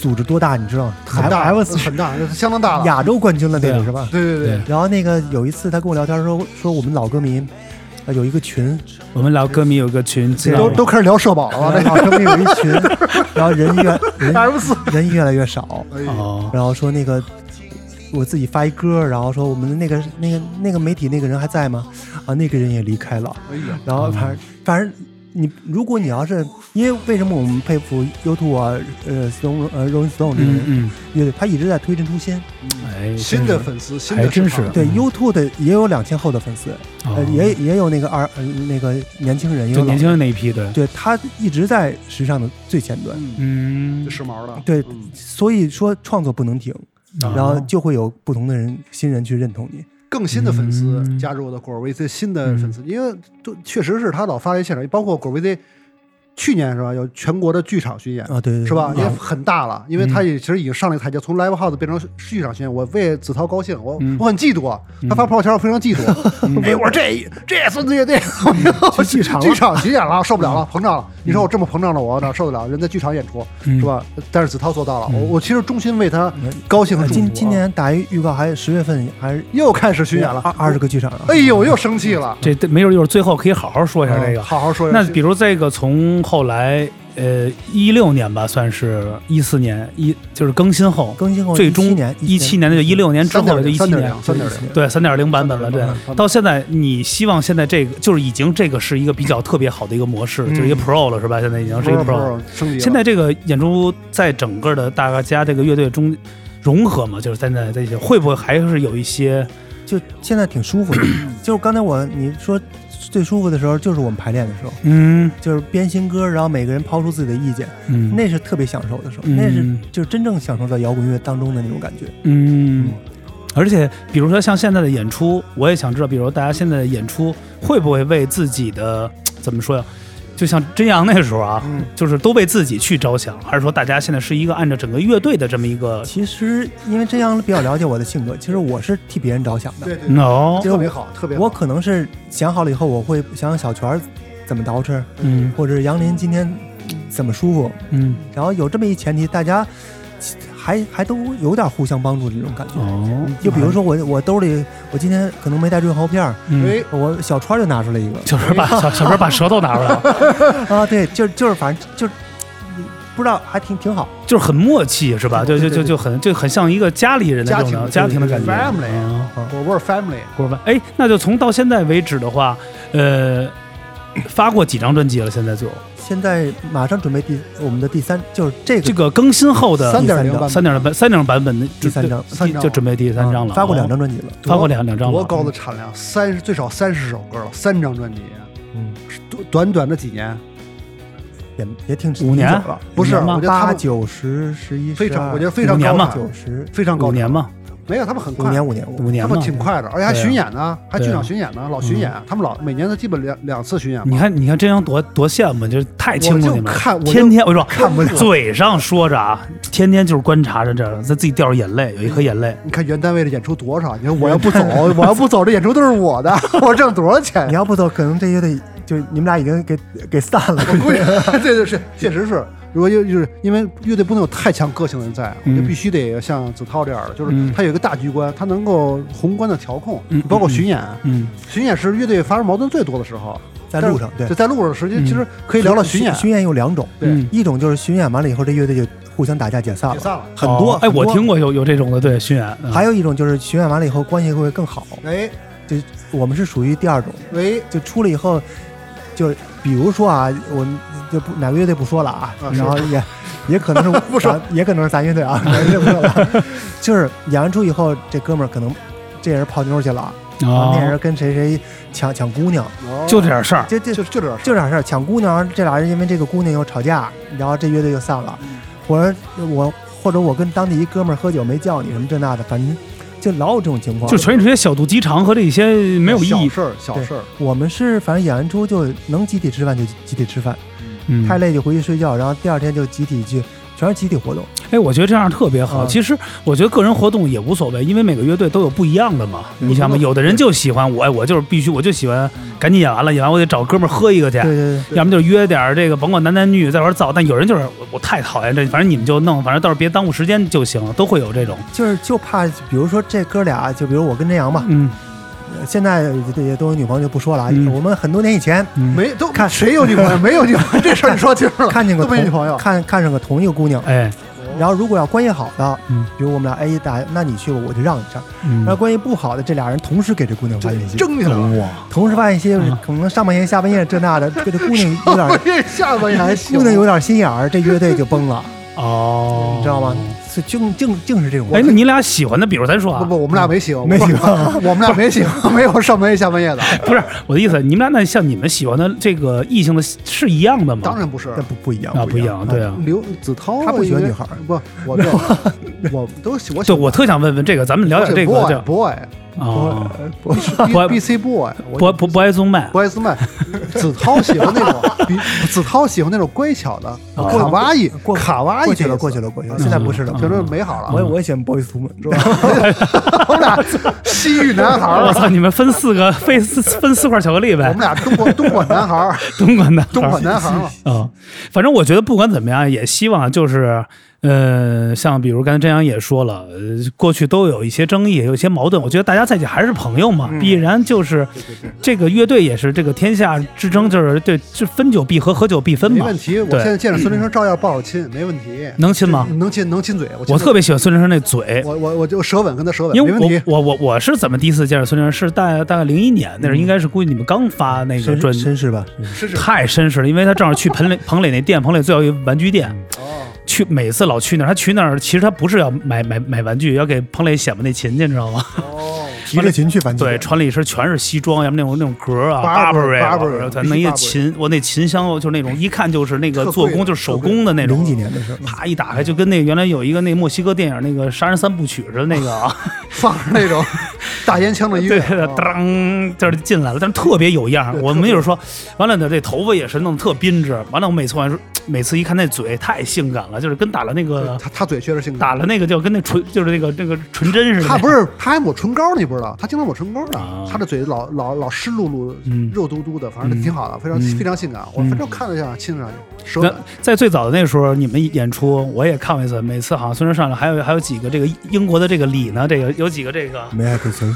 组织多大，你知道吗？
很大
F 四
很大，相当大了。
亚洲冠军了
对
那种
啊
是吧？
对对对，
然后那个有一次他跟我聊天说说我们老歌迷，呃有一个群，
我们老歌迷有个群，知道
都
吗
都开始聊社保
然后
哦
了。
老歌迷有一群，然后人 越人
F 四，
人越来越少，
哎呀
哦，
然后说那个。我自己发一歌，然后说我们的那个那个那个媒体那个人还在吗？啊，那个人也离开了。
哎呀，
然后反正反正你如果你要是因为为什么我们佩服 U2 啊呃 Stone 呃 Rolling Stone 这种
嗯嗯，
乐队，他一直在推陈出新。
哎，
新
真
的
是
粉丝，新
还
的
真
市场
是
对
嗯
U2 的也有两千后的粉丝，呃
哦
也也有那个二呃那个年轻人，也
就
有
年轻人那一批的
老，对他一直在时尚的最前端。
嗯，
嗯
就，时髦的。
对
嗯
所以说创作不能停，
哦
然后就会有不同的人新人去认同你。
更新的粉丝
嗯
加入的果儿 VC 新的粉丝，因为都确实是他老发一现场，包括果儿 VC 去年是吧，有全国的剧场巡演。
啊，对对对
是
嗯
吧？也
啊
很大了，因为他也其实已经上了一个台阶，从 live house 变成剧场巡演。我为子韬高兴，我
嗯
我很嫉妒啊！他发朋友圈，我非常嫉 妒。哎，我说这这孙子乐队
去剧场了
剧场巡演了，受不了了，膨胀了。你说我这么膨胀了，我哪受得了？人在剧场演出
嗯
是吧？但是子韬做到了，我我其实衷心为他
嗯
高
呃
兴和祝福啊。
今今年打一预告，还十月份还是
又开始巡演了，
二二十个剧场啊
哎呦，又生气了。
这这没准一会儿最后可以好好嗯说一下这个
嗯。好好说一下。
那比如这个从后来，呃，一六年吧，算是一四年一就是更新后，
更新后
最终
17年
一七年的就一六年之后的就一七
三点
年
零，，三点零，
对三点零版本了，对
3.0版。本
到现在，你希望现在这个就是已经这个是一个比较特别好的一个模式，
嗯
就是一个 Pro 了，是吧？现在已经是一个 Pro 了。
升级了。
现在这个演出在整个的大家这个乐队中融合嘛，就是现在这些会不会还是有一些
就现在挺舒服的。 就是刚才我你说最舒服的时候，就是我们排练的时候，
嗯
就是编新歌，然后每个人抛出自己的意见，
嗯
那是特别享受的时候，
嗯
那是就是真正享受在摇滚乐当中的那种感觉。
嗯，而且比如说像现在的演出，我也想知道，比如大家现在的演出会不会为自己的怎么说呀？就像真阳那时候啊，
嗯
就是都为自己去着想，还是说大家现在是一个按照整个乐队的这么一个
其实因为这样比较了解我的性格，其实我是替别人着想的。
对对，
no？
特别好，特别
我
好。
可能是想好了以后，我会想想小泉儿怎么捯饬，
嗯
或者是杨林今天怎么舒服，
嗯
然后有这么一前提，大家还还都有点互相帮助的这种感觉。
哦，
就比如说我我兜里我今天可能没带润喉片儿，
嗯，
哎，
我小川就拿出来一个
就是把小小哥把舌头拿出来了，
啊，对，就就是反正就是不知道还挺挺好，
就是很默契是吧？就
对
就
对
就
对
就很就很像一个家里人的这
家
种
庭
家庭的
对对
感觉。
对 family
嗯
我味 family
过万。哎，那就从到现在为止的话，呃，发过几张专辑了？现在就
现在马上准备第我们的第三，就是这个
这个更新后的
三点零
第
版
三
三张
本，
点版三点版本的
第三张
就
三张
就准备第三张了，
啊发过两
哦，
张专辑了，
发过两两张了，
多高的产量，三十最少三十首歌了，三张专辑，
嗯，
短短短的几年，
也也挺
五年
挺久了，
不是
五年吗啊
我觉得他
八
们
九十十一，
非常，我觉得非
五
常
年
高
嘛
产
九十
非常高
啊五
产
年嘛，
没有，他们很
五
快，
年五年
五年
他
嘛
们。挺快的，而且还
对啊
巡演呢，还
对啊
剧
嗯
场巡演呢，老巡演，他们老每年都基本两两次巡演嘛。
你看，你看，真阳多多羡慕，就是太清楚你
我就
们了
看我就
天天我说
看不了
嘴上说着啊，天天就是观察着这儿，在自己掉着眼泪，有一颗
嗯
眼泪。
你看原单位的演出多少？你看我要不走，我要不走，这演出都是我的， 我挣多少钱
你
呀？
要不走，可能这乐队就你们俩已经给给散了。
我 估计，对对是，确实是。如果就就是因为乐队不能有太强个性的人在，我
嗯
就必须得像子韬这样的，就
嗯
是他有一个大局观，他能够宏观的调控
嗯，
包括巡演。
嗯，
巡演是乐队发生矛盾最多的时候，
在路上，
但
对
是，就在路上的时间，
嗯
其实可以聊聊巡演，
巡演有两种，
对
嗯
一种就是巡演完了以后，这乐队就互相打架解散了，
解散了。
很多。
哦哎，
很多
我听。过有有这种的，对，巡演。嗯
还有一种就是巡演完了以后关系会更好，
喂
就我们是属于第二种，
喂，
就出了以后，就比如说啊，我们就不哪个乐队不说了啊，
啊
然后也也可能是不
说，
也可能是咱乐队啊，哪个乐队不说了，就是演完出以后，这哥们儿可能这人泡妞去了，
哦
那人跟谁谁抢抢姑娘，
就这点事儿，
就就
哦就就这点事儿，
就俩事儿，抢姑娘，这俩人因为这个姑娘又吵架，然后这乐队就散了。我说我或者我跟当地一哥们儿喝酒没叫你什么这那的，反正就老有这种情况。
就全是这些小肚鸡肠和这些没有意
小
义。
事儿，小事儿。
我们是反正演完出就能集体吃饭就集体吃饭，
嗯，
太累就回去睡觉，然后第二天就集体去，全是集体活动。
哎，我觉得这样特别好。
嗯
其实我觉得个人活动也无所谓，因为每个乐队都有不一样的嘛。
嗯对
你想嘛，
不过
有的人就喜欢我，哎，我就是必须，我就喜欢赶紧演完了，演完我得找哥们儿喝一个去
对。对对，
要么就是约点儿这个，甭管男男女女，在玩儿造。但有人就是我我太讨厌这，反正你们就弄，反正到时候别耽误时间就行了，都会有这种。
就是就怕比如说这哥俩，就比如我跟真阳吧，
嗯
现在也都有女朋友就不说了啊。
嗯
我们很多年以前
嗯，
没都看谁有女朋友，没有女朋友，这事儿你说清楚了。
看见过
都没
同
女朋友，
看看上过同一个姑娘，
哎，
然后如果要关系好的，
嗯
比如我们俩哎打，那你去吧，我就让你上。
嗯
然后关系不好的，这俩人同时给这姑娘发信息，
争起来了。
哇，
同时发信息
嗯，
可能上半夜下半夜这那的，这个姑娘 有 点
我这下半夜还行
姑娘有点心眼儿，这乐队就崩了，
哦，
你知道吗？是竟竟竟是这种，
哎，那你俩喜欢的，比如咱说啊
不，不，我们俩没行，
没啊行
我们我们俩没行，没有上半夜下半夜的，
不是 我的意思，你们俩那像你们喜欢的这个异性的是一样的吗？
当然不是
那。不不一样
啊，不一样，对啊。
刘子韬
他不喜欢女孩儿，
不，我这我都喜我喜
对，我特想问问这个，咱们聊点这个
boy
叫
boy
哦，
不是
不
B C boy
不不不爱宗迈，
boys man，子韬喜欢那种比子韬喜欢那种乖巧的
啊
卡哇伊
过
卡哇伊
过去了，过
去
去了，过去了，现在不是了
嗯。
觉得美好
我
了，
也我也喜欢 boys to men，是吧？嗯
我们俩西域男孩
我
儿，
操，你们分四个，分四分四块巧克力
我
呗
哎
们，俩东莞东莞男孩儿，
东莞的，
东莞男孩儿嘛。
啊、反正我觉得不管怎么样，也希望就是，呃，像比如刚才真阳也说了，呃过去都有一些争议，有一些矛盾。我觉得大家在一起还是朋友
嗯
嘛，必然就是这个乐队也是这个天下之争，就是对，就分久必合，合久必分
没
嘛
问。题，我
对
现在见着孙
嗯
林生照样抱着亲，没问题。
能亲吗？
能亲能亲嘴，我亲
我特别喜欢孙中山那嘴，
我我我就舌吻跟他舌吻，
因
没问
为
题。
我我我我是怎么第一次见着孙中山？是大大概零一年那时候，应该是估计你们刚发那个嗯专
绅
辑。
绅士吧，绅士
嗯是是
太绅士了，因为他正好去彭磊彭磊那店，彭磊最后一玩具店，
哦，
去每次老去那儿，他去那儿其实他不是要买买买玩具，要给彭磊显摆那琴去，你知道吗？
哦，
提着琴去反击。
对，穿了一身全是西装，要么那种那种格儿啊
Burberry，
，Burberry，
Burberry，
他
必须
弄一
Burberry
琴，我那琴箱就是那种一看就是那个
特贵
做工
的
就是手工的那种
零几。年的时候，
啪一打开，就跟那原来有一个那墨西哥电影那个《杀人三部曲》似的那个啊，
放着那 种大烟枪的音
对，
乐，哦
当就是进来了，但是特别有样儿。我们就是说，完了呢，这头发也是弄得特宾直。完了，我每次完说，每次一看那嘴太性感了，就是跟打了那个
他他嘴确实性感，
打了那个就跟那纯就是那个那个纯真似的。
他不是他还抹唇膏，你不知道，他经常抹唇膏
啊
呢，他的嘴老老老湿漉漉
嗯
的，肉嘟嘟的，反
嗯
正挺好的，非常
嗯
非常性感。我
嗯
反正看了一下，亲了上去，舌
那
吻，
在最早的那时候，你们演出我也看过一次，每次好像孙中上来还有还有几个这个英国的这个礼呢，这个有几个这 个
没爱可存。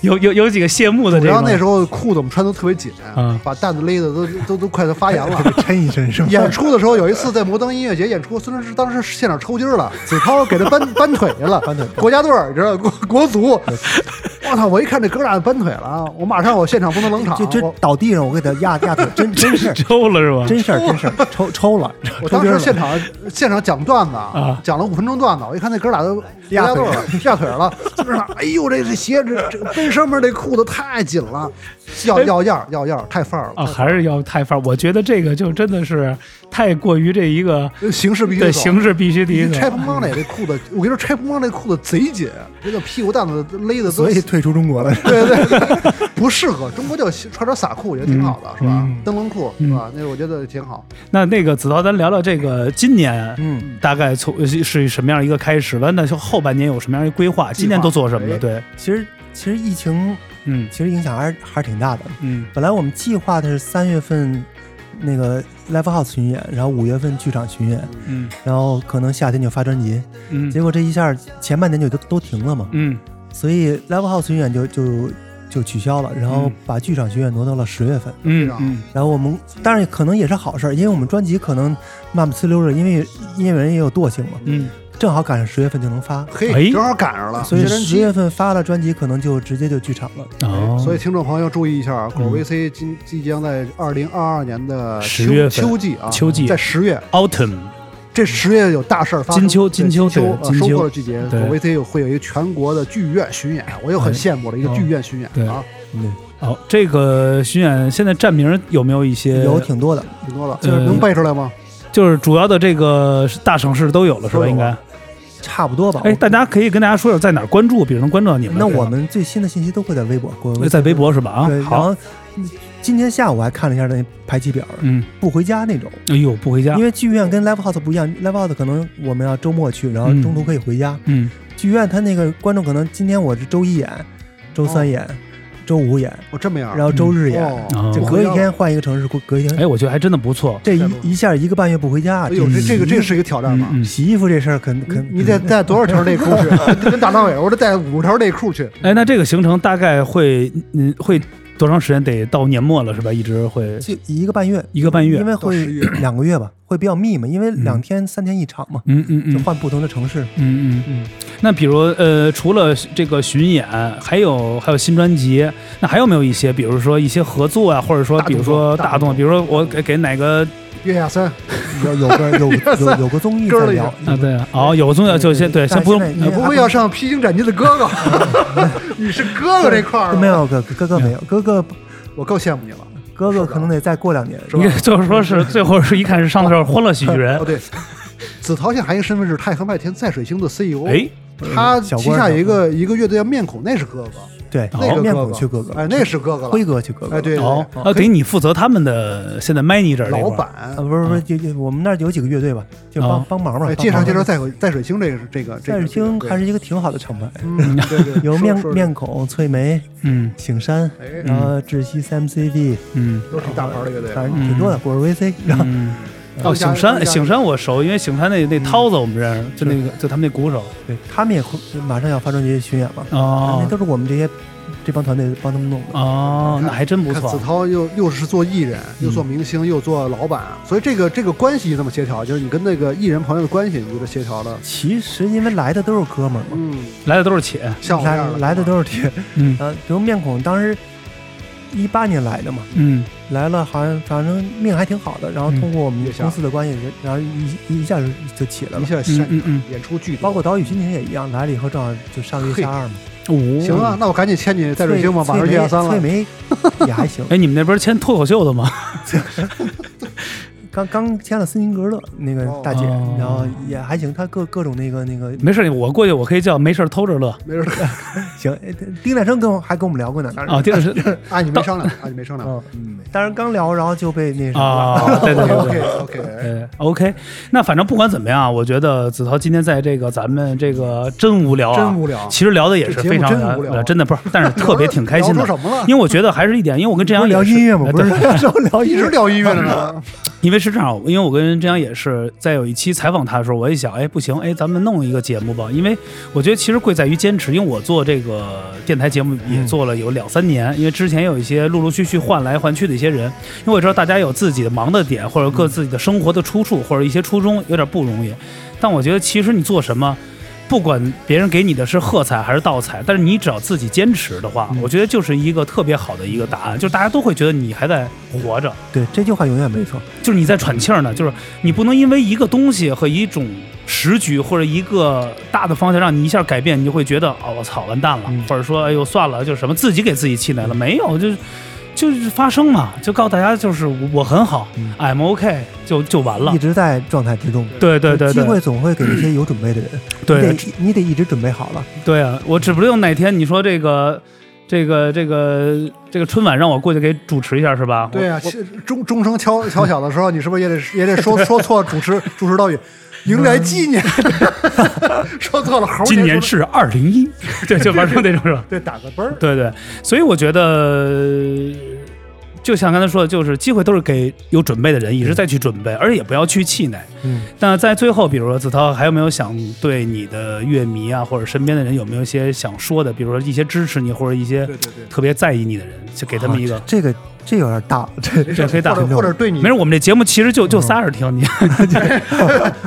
有有有几个谢幕的
主
这个。
要那时候裤子我们穿的特别紧
啊，
把蛋子勒的都都都快都发炎 了。
抻一抻 是吧？
演出的时候，有一次在摩登音乐节演出，孙老师当时现场抽筋儿了，子韬给 他扳扳腿去了，
扳腿
国家队儿，你知道国国足，我操！我一看这哥俩扳腿了，我马上我现场不能冷场，
就就
我
倒地上，我给他压压腿，真真是
周了是吧？
真事儿，真事儿，抽抽了，
我
抽
当
筋
时
儿了
现场 现场讲段子
啊
讲了五分钟段子，我一看那哥俩都
压
腿
腿
了，压腿了，就是那哎呦这这鞋这这背上面这裤子太紧了，
哎
要要样儿要样儿太范儿
啊，
了，
还是要太范儿。我觉得这个就真的是太过于这一个
形式必须
的
得走
形式必须第一
你
个。
拆蓬邦磊这裤子，我跟你说，拆蓬邦这裤子贼紧，这个屁股蛋子勒的，
所以退出中国了。
对对对， 不适合中国就穿点撒裤也挺好的，是吧
嗯？
灯笼裤是吧？那我觉得挺好。
那那个子韬，咱聊聊这个今年
嗯，
大概从是什么样一个开始了？那就后半年有什么样一个规划？今年都做什么了？
哎
对，
其实其实疫情
嗯
其实影响还是还是挺大的。
嗯
本来我们计划的是三月份那个 live house 巡演，然后五月份剧场巡演，
嗯
然后可能夏天就发专辑。
嗯
结果这一下前半年就都都停了嘛，
嗯
所以 live house 巡演就就就取消了，然后
嗯
把剧场巡演挪到了十月份。
嗯嗯
然后我们，当然可能也是好事儿，因为我们专辑可能慢慢呲溜着，因为音乐人也有惰性嘛，
嗯，
正好赶上十月份就能发，
哎
嘿，正好赶上了，
所以
学生
十
机
月份发了专辑，可能就直接就剧场了。
哦，
所以听众朋友注意一下，
嗯
果 VC 今即将在二零二二年的
10
秋
月份
秋季啊，
秋季
在十月，
autumn
这十月有大事儿发生。
金秋
对
金
金
秋对
啊
金秋
收获的季节，
对
果 VC 有会有一个全国的剧院巡演，我又很羡慕了一个
哎
剧院巡演
对
啊，
嗯，
哦，这个巡演现在站名有没有一些
有挺多的，
挺多了，
呃
能背出来吗？
就是主要的这个大城市都有了是
都
吧？
有
应该
哦
了
差不多吧。
哎，大家可以跟大家说说在哪儿关注，比如能关注到你们。
那我们最新的信息都会在微博，各位
在微博是吧？啊
对，，然
好，
后今天下午我还看了一下那排期表，
嗯，
不回家那种，
哎呦，不回家
啊
因，为剧院跟 live house 不一样，live house 可能我们要周末去，然后
嗯
中途可以回家。
嗯
剧院他那个观众可能今天我是周一演，周三演，周五演，
我这么样，
然后周日演，
哦，
啊
就，
我
隔一天换一个城市，隔隔一天。
哎，我觉得还真的不错，
这
太多了
一一下一个半月不回
哎
家，
呦，这这个这个
洗
是一个嗯挑战吧？
嗯嗯
洗衣服这事儿肯肯
你你得带多少条内裤去？跟大张伟，我得带五条内裤去。
哎，那这个行程大概会，嗯，会多长时间？得到年末了是吧？一直会
就一个半月，
一个半月
因。为
到
会
十月 嗯
两个月吧，会比较密嘛，因为两天三天一场嘛，
嗯嗯
就
嗯
换不同的城市。
嗯嗯嗯。那比如呃，除了这个巡演，还有还有新专辑，那还有没有一些，比如说一些合作啊，或者说
大
比
动
如
作
说大
大动
动，
作
比如说我给给哪个
月下三，
有有个有 有有个综艺
嗯哥
在
了一
聊
啊？对啊，哦，有个综艺就先对，
但
先
是
不用，
现在
呃
因为
不会要上《披荆斩棘的哥哥》？你是哥哥这块儿吗？
没有哥哥哥
嗯
没有哥哥
我够羡慕你了。
哥哥可能得再过两年。
你看就是说是最后是一看是上的时候《欢乐喜剧人
哦，》，对，子陶现在还有一个身份是太和麦田在水星的 CEO。
哎，
他
嗯小
旗
官儿
下
小
有一个一个乐队叫面孔，那是哥哥，
对
那个
面
哥哥
孔去哥哥，
哎，那是哥哥
辉
了。
哥去哥哥，
哎，对，对
哦，
对
啊，等于你负责他们的现在 manager 这块儿
老
啊，
板，
不是不是，就就我们那儿有几个乐队吧，就帮
啊
帮忙吧
嗯哎，，介绍
帮忙
介绍。在水在水星这个这个这
戴
个
尔星
这个
还是一个挺好的厂 牌，
嗯对对，
有
说
面
说
面孔、翠梅、
嗯
景山，
哎，
然后窒息 CMCB，
嗯
都挺大牌的乐队啊，
反正挺多的，果儿 VC，然后
嗯。哦，
当
醒
家
山，
当家
醒山我熟，因为醒山那那涛子我们认识，就那个就他们那鼓手
对他们也会马上要发专辑巡演嘛，啊那
哦
都是我们这些这帮团队帮他们弄的。
哦，那还真不
看
错
子。韬又又是做艺人，又做明星，又做老板，所以这个这个关系怎么协调？就是你跟那个艺人朋友的关系，你觉得协调的？
其实因为来的都是哥们儿嘛，
嗯，
来的都是且，
像我这样
来来的都是铁，
嗯
呃，比如面孔当时一八年来的嘛，
嗯
来了好像反正命还挺好的，然后
嗯
通过我们
月下
公司的关系，然后一一一下就就起来
一
了。
下
嗯
下
嗯嗯
演出剧，
包括岛屿心情也一样，来了以后正好就上月下二嘛。，
哦
行啊，。那我赶紧签你在水星吧，马
翠
上就
梅
要三
翠
了。
梅也还行，
哎，你们那边签脱口秀的吗？
刚刚签了斯琴格勒那个大姐
哦，
然后也还行，她各各种那个那个
没事儿，我过去我可以叫没事儿偷着乐
没事儿，
行。哎丁亮生跟我还跟我们聊过呢，当
啊，
然，
第二是
啊，你没商量，啊，你没商量。
嗯，当然刚聊，然后就被那什么了。
啊，对对对
OK
对。
OK，
对 OK，那反正不管怎么样，我觉得子韬今天在这个咱们这个真无聊啊，
真无聊
其实聊的也是非常
这节目真无聊啊
真的不是，但是特别挺开 心
聊
的
出。什么了？
因为我觉得还是一点，因为我跟这
不
样
是聊音乐
哎
吗？不是说 聊
一
音
直
乐，
聊音乐呢，
因为是这样，因为我跟张扬也是在有一期采访他的时候，我一想，哎，不行，哎，咱们弄一个节目吧。因为我觉得其实贵在于坚持，因为我做这个电台节目也做了有两三年，因为之前有一些陆陆续续换来换去的一些人，因为我知道大家有自己的忙的点，或者各自己的生活的出处，或者一些初衷，有点不容易。但我觉得其实你做什么，不管别人给你的是喝彩还是倒彩，但是你只要自己坚持的话，
嗯
我觉得就是一个特别好的一个答案，就是大家都会觉得你还在活着，
对，这句话永远没错。
就是你在喘气儿呢，就是你不能因为一个东西和一种时局或者一个大的方向让你一下改变，你就会觉得哦我操完蛋了，
嗯
或者说哎呦算了，就是什么自己给自己气馁了，没有就是。就是发声嘛，就告诉大家，就是我我很好、
嗯
i m OK，就就完了
一。直在状态之中。
对对对
机
对，
会总会给一些有准备的人，
对
你得你得一直准备好了。
对啊，我指不定哪天你说这个。这个这个这个春晚让我过去给主持一下是吧？
对啊，钟钟声敲敲响的时候，你是不是也得也得说说错主持主持道语？迎来纪年， 说错了，猴
我，
说
今
的
年嗯是二零一， 对，就玩成那种是吧？
对打个啵儿，
对对，所以我觉得，呃就像刚才说的，就是机会都是给有准备的人一直在去准备，而且也不要去气馁。
嗯，
那在最后，比如说子韬，还有没有想对你的乐迷啊，或者身边的人有没有一些想说的？比如说一些支持你，或者一些
对对对，
特别在意你的人，就给他们一个。
这个这有点大，啊这
这可以打
或者或者对你
没事，我们这节目其实就就仨人听，你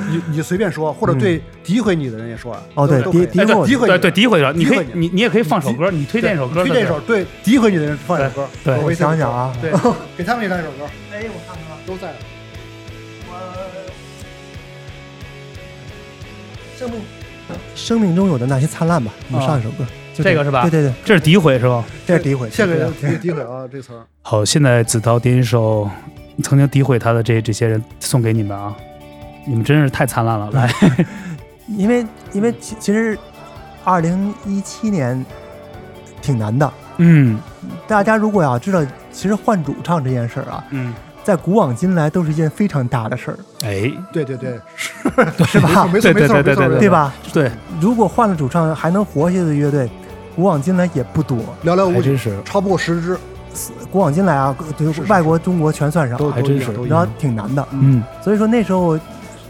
你你就随便说，或者对诋毁你的人也说啊。
哦对
都都可以
诋诋毁我
诋毁
嗯哎 对
你
对，诋毁了。你可
诋毁
以，
你
你你也可以放首歌，你推荐一首歌，
推荐一首对诋毁你的人放一首歌，
对对
我
我
会
想想，啊，
对，给他们也唱一首歌。哎，我看看，都在。
生命生命中有的那些灿烂吧，我们上一首歌，就
这个是吧
对对对，
这是诋毁是吧？
这是诋毁，
献给
对
人诋诋毁啊，这个词 儿。
好，现在子韬点一首曾经诋毁他的这这些人送给你们啊，你们真是太灿烂了！来，
因为因为其其实二零一七年挺难的，
嗯
大家如果要知道，其实换主唱这件事儿啊，
嗯，
在古往今来都是一件非常大的事儿，
哎，
对对对，
是吧？
没错没错没错没错
对对对对
没
对
错，
吧？
对，
如果换了主唱还能活下去的乐队，古往今来也不多。
寥寥
还
无几，
真是，
超不过十支，
古往今来啊，对
是是
外国、中国全算上
都
啊，
还
都
真
一
是
样都一
然后
样。
挺难的。
嗯
所以说那时候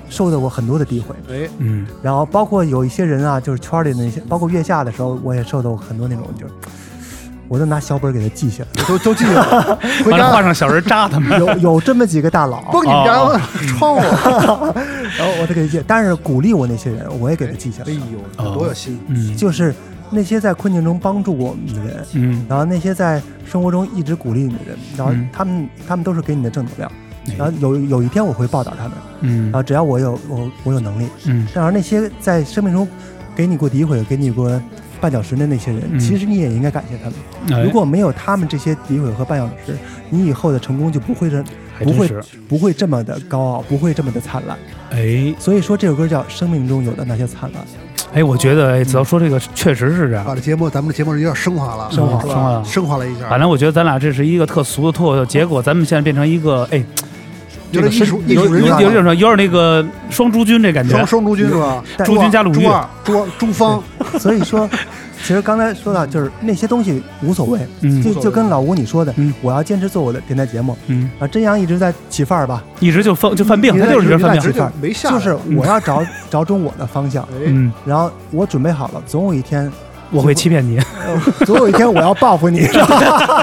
受到过很多的诋毁，
哎，
嗯
然后包括有一些人啊，就是圈里的那些，包括月下的时候，我也受到过很多那种，就是我都拿小本儿给他记下来。
都都记住 了，回
完了哦画
家
上小人扎他 们，
有有这么几个大佬，
崩你们家啊窗户。
然后我都给他记，但是鼓励我那些人，我也给他记下
哎
来。
呦，这多有心！
嗯
就是那些在困境中帮助我们的人，
嗯，
然后那些在生活中一直鼓励你的人，然后
嗯
他们、他们都是给你的正能量。
哎
然后有有一天我会报答他们，
嗯
然后只要我有我我有能力。
嗯
然而那些在生命中给你过诋毁、给你过绊脚石的那些人，
嗯
其实你也应该感谢他们。
哎
如果没有他们这些诋毁和绊脚石，你以后的成功就不会这
还
不
真
会
是，
不会这么的高傲，不会这么的灿烂。
哎
所以说这首歌叫《生命中有的那些灿烂》。
哎，我觉得哎，子韬说这个确实是这样
把。这节目，咱们的节目有点升华了，
升华
是
升华
吧
了
升华了一下
本，来我觉得咱俩这是一个特俗的脱口秀，结果咱们现在变成一个哎，
有
这
点艺
个
术
身
艺
有
术
有
人
有
员
有
了。
点有点那个双朱军这感觉
双，双朱军是吧？
但
朱军加鲁豫
朱二、朱二朱芳，
所以说，其实刚才说到就是那些东西无所谓，
嗯
就
无所谓
就跟老吴你说的，
嗯
我要坚持做我的电台节目
嗯，
啊。真阳一直在起范儿吧，
一直就犯就犯病，他就是一直犯
那
一
病，
直就没下来，
就是我要找找准我的方向，
哎，
嗯，
然后我准备好了，总有一天，
我会欺骗你。
呃总有一天我要报 复你，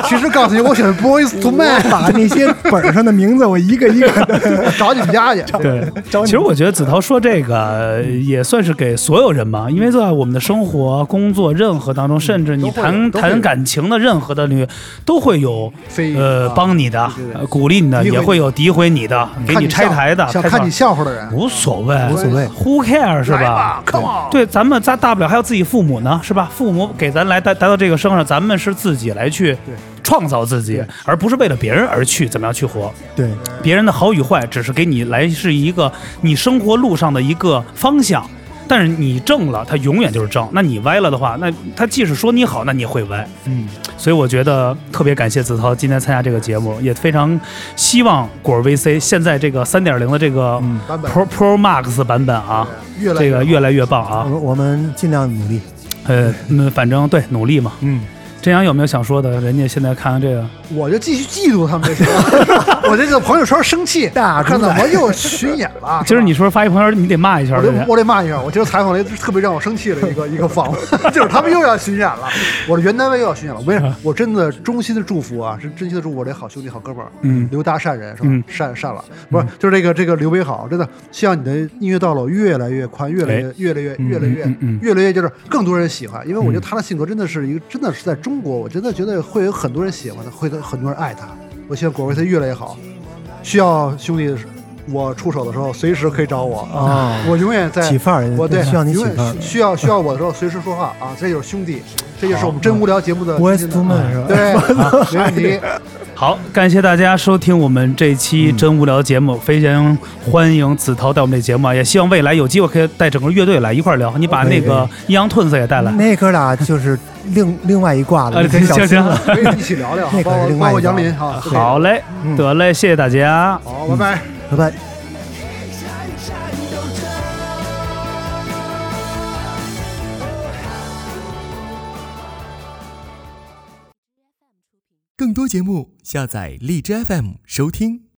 其实告诉你，我选 Boys to
我
Man，
把那些本儿上的名字我一个一个 的
找你们家去。
对，
找你。
其实我觉得子韬说这个
嗯
呃也算是给所有人吧，因为在我们的生活、工作、任何当中，甚至
嗯
你
都会有
谈
都会有
谈感情的任何的领域，都会有
非
呃
啊
帮你的
对对、对
呃鼓励你的，
诋毁
也
你
会有诋毁你的、给
看
你
你
拆
笑
台的、
想
开
看
放
你笑话的人，
无所谓，
无所谓，
Who care 是
来
吧？
？Come on，
对，咱们咱大不了还有自己父母呢，是吧？父母给咱来达达到这个生上，咱们是自己来去
对
创造自己
对，
而不是为了别人而去怎么样去活。
对，
别人的好与坏，只是给你来是一个你生活路上的一个方向。但是你正了，它永远就是正；那你歪了的话，那他即使说你好，那你也会歪。
嗯，
所以我觉得特别感谢子韬今天参加这个节目，也非常希望果儿 VC 现在这个三点零的这个
嗯
版本
Pro Pro Max 版本啊，
对越来嗯
这个
越
越来越棒
我
啊。
们我们尽量努力，
呃，嗯，反正对，努力嘛。
嗯，
真阳有没有想说的？人家现在看看这个，
我就继续嫉妒他们就行了。 我这个朋友圈生气，
大
看
主
怎
宰
么又巡演了？
今儿你说发一朋友圈，你得骂一圈
我
儿
得
人家。
我得骂一下，我今儿采访了一个特别让我生气 的一个一个访问，就是他们又要巡演了，我的原单位又要巡演了。我跟
啊
你说，我真的衷心的祝福啊，是真心的祝福我这好兄弟、好哥们儿，
嗯
刘达善人是吧？
嗯
善善了，不是，就是这个这个刘伟好，真的希望你的音乐道路越来越宽，越来越越来越越来
哎嗯
越
嗯
越来越就是更多人喜欢，因为我觉得他的性格真的是一个，真的是在中国，我真的觉得会有很多人喜欢他，会有很多人爱他。我希望果味他越来越好，需要兄弟我出手的时候，随时可以找我啊。
啊，
我永远在
起范儿，
我对
需要你起
永远
范儿。
需要需要我的时候随时说话啊，这就是兄弟，这就是我们真无聊节目的
Boys
真
to
的
men 是吧？
对， 没问题，
好，感谢大家收听我们这期
嗯
真无聊节目，非常欢迎子韬带我们这节目啊，也希望未来有机会可以带整个乐队来一块儿聊。你把那个阴阳吞子也带来，
那哥俩就是另另外一挂
啊
的，你
行
嗯得小
行
心
行
了。
可以一起聊聊，
那可
包
是
括
另外
包括
一个
杨林啊，对
好，嘞，
嗯
得嘞，谢谢大家。
好，拜拜。
拜拜。
一战斗着。
更多节目，下载荔枝 FM 收听。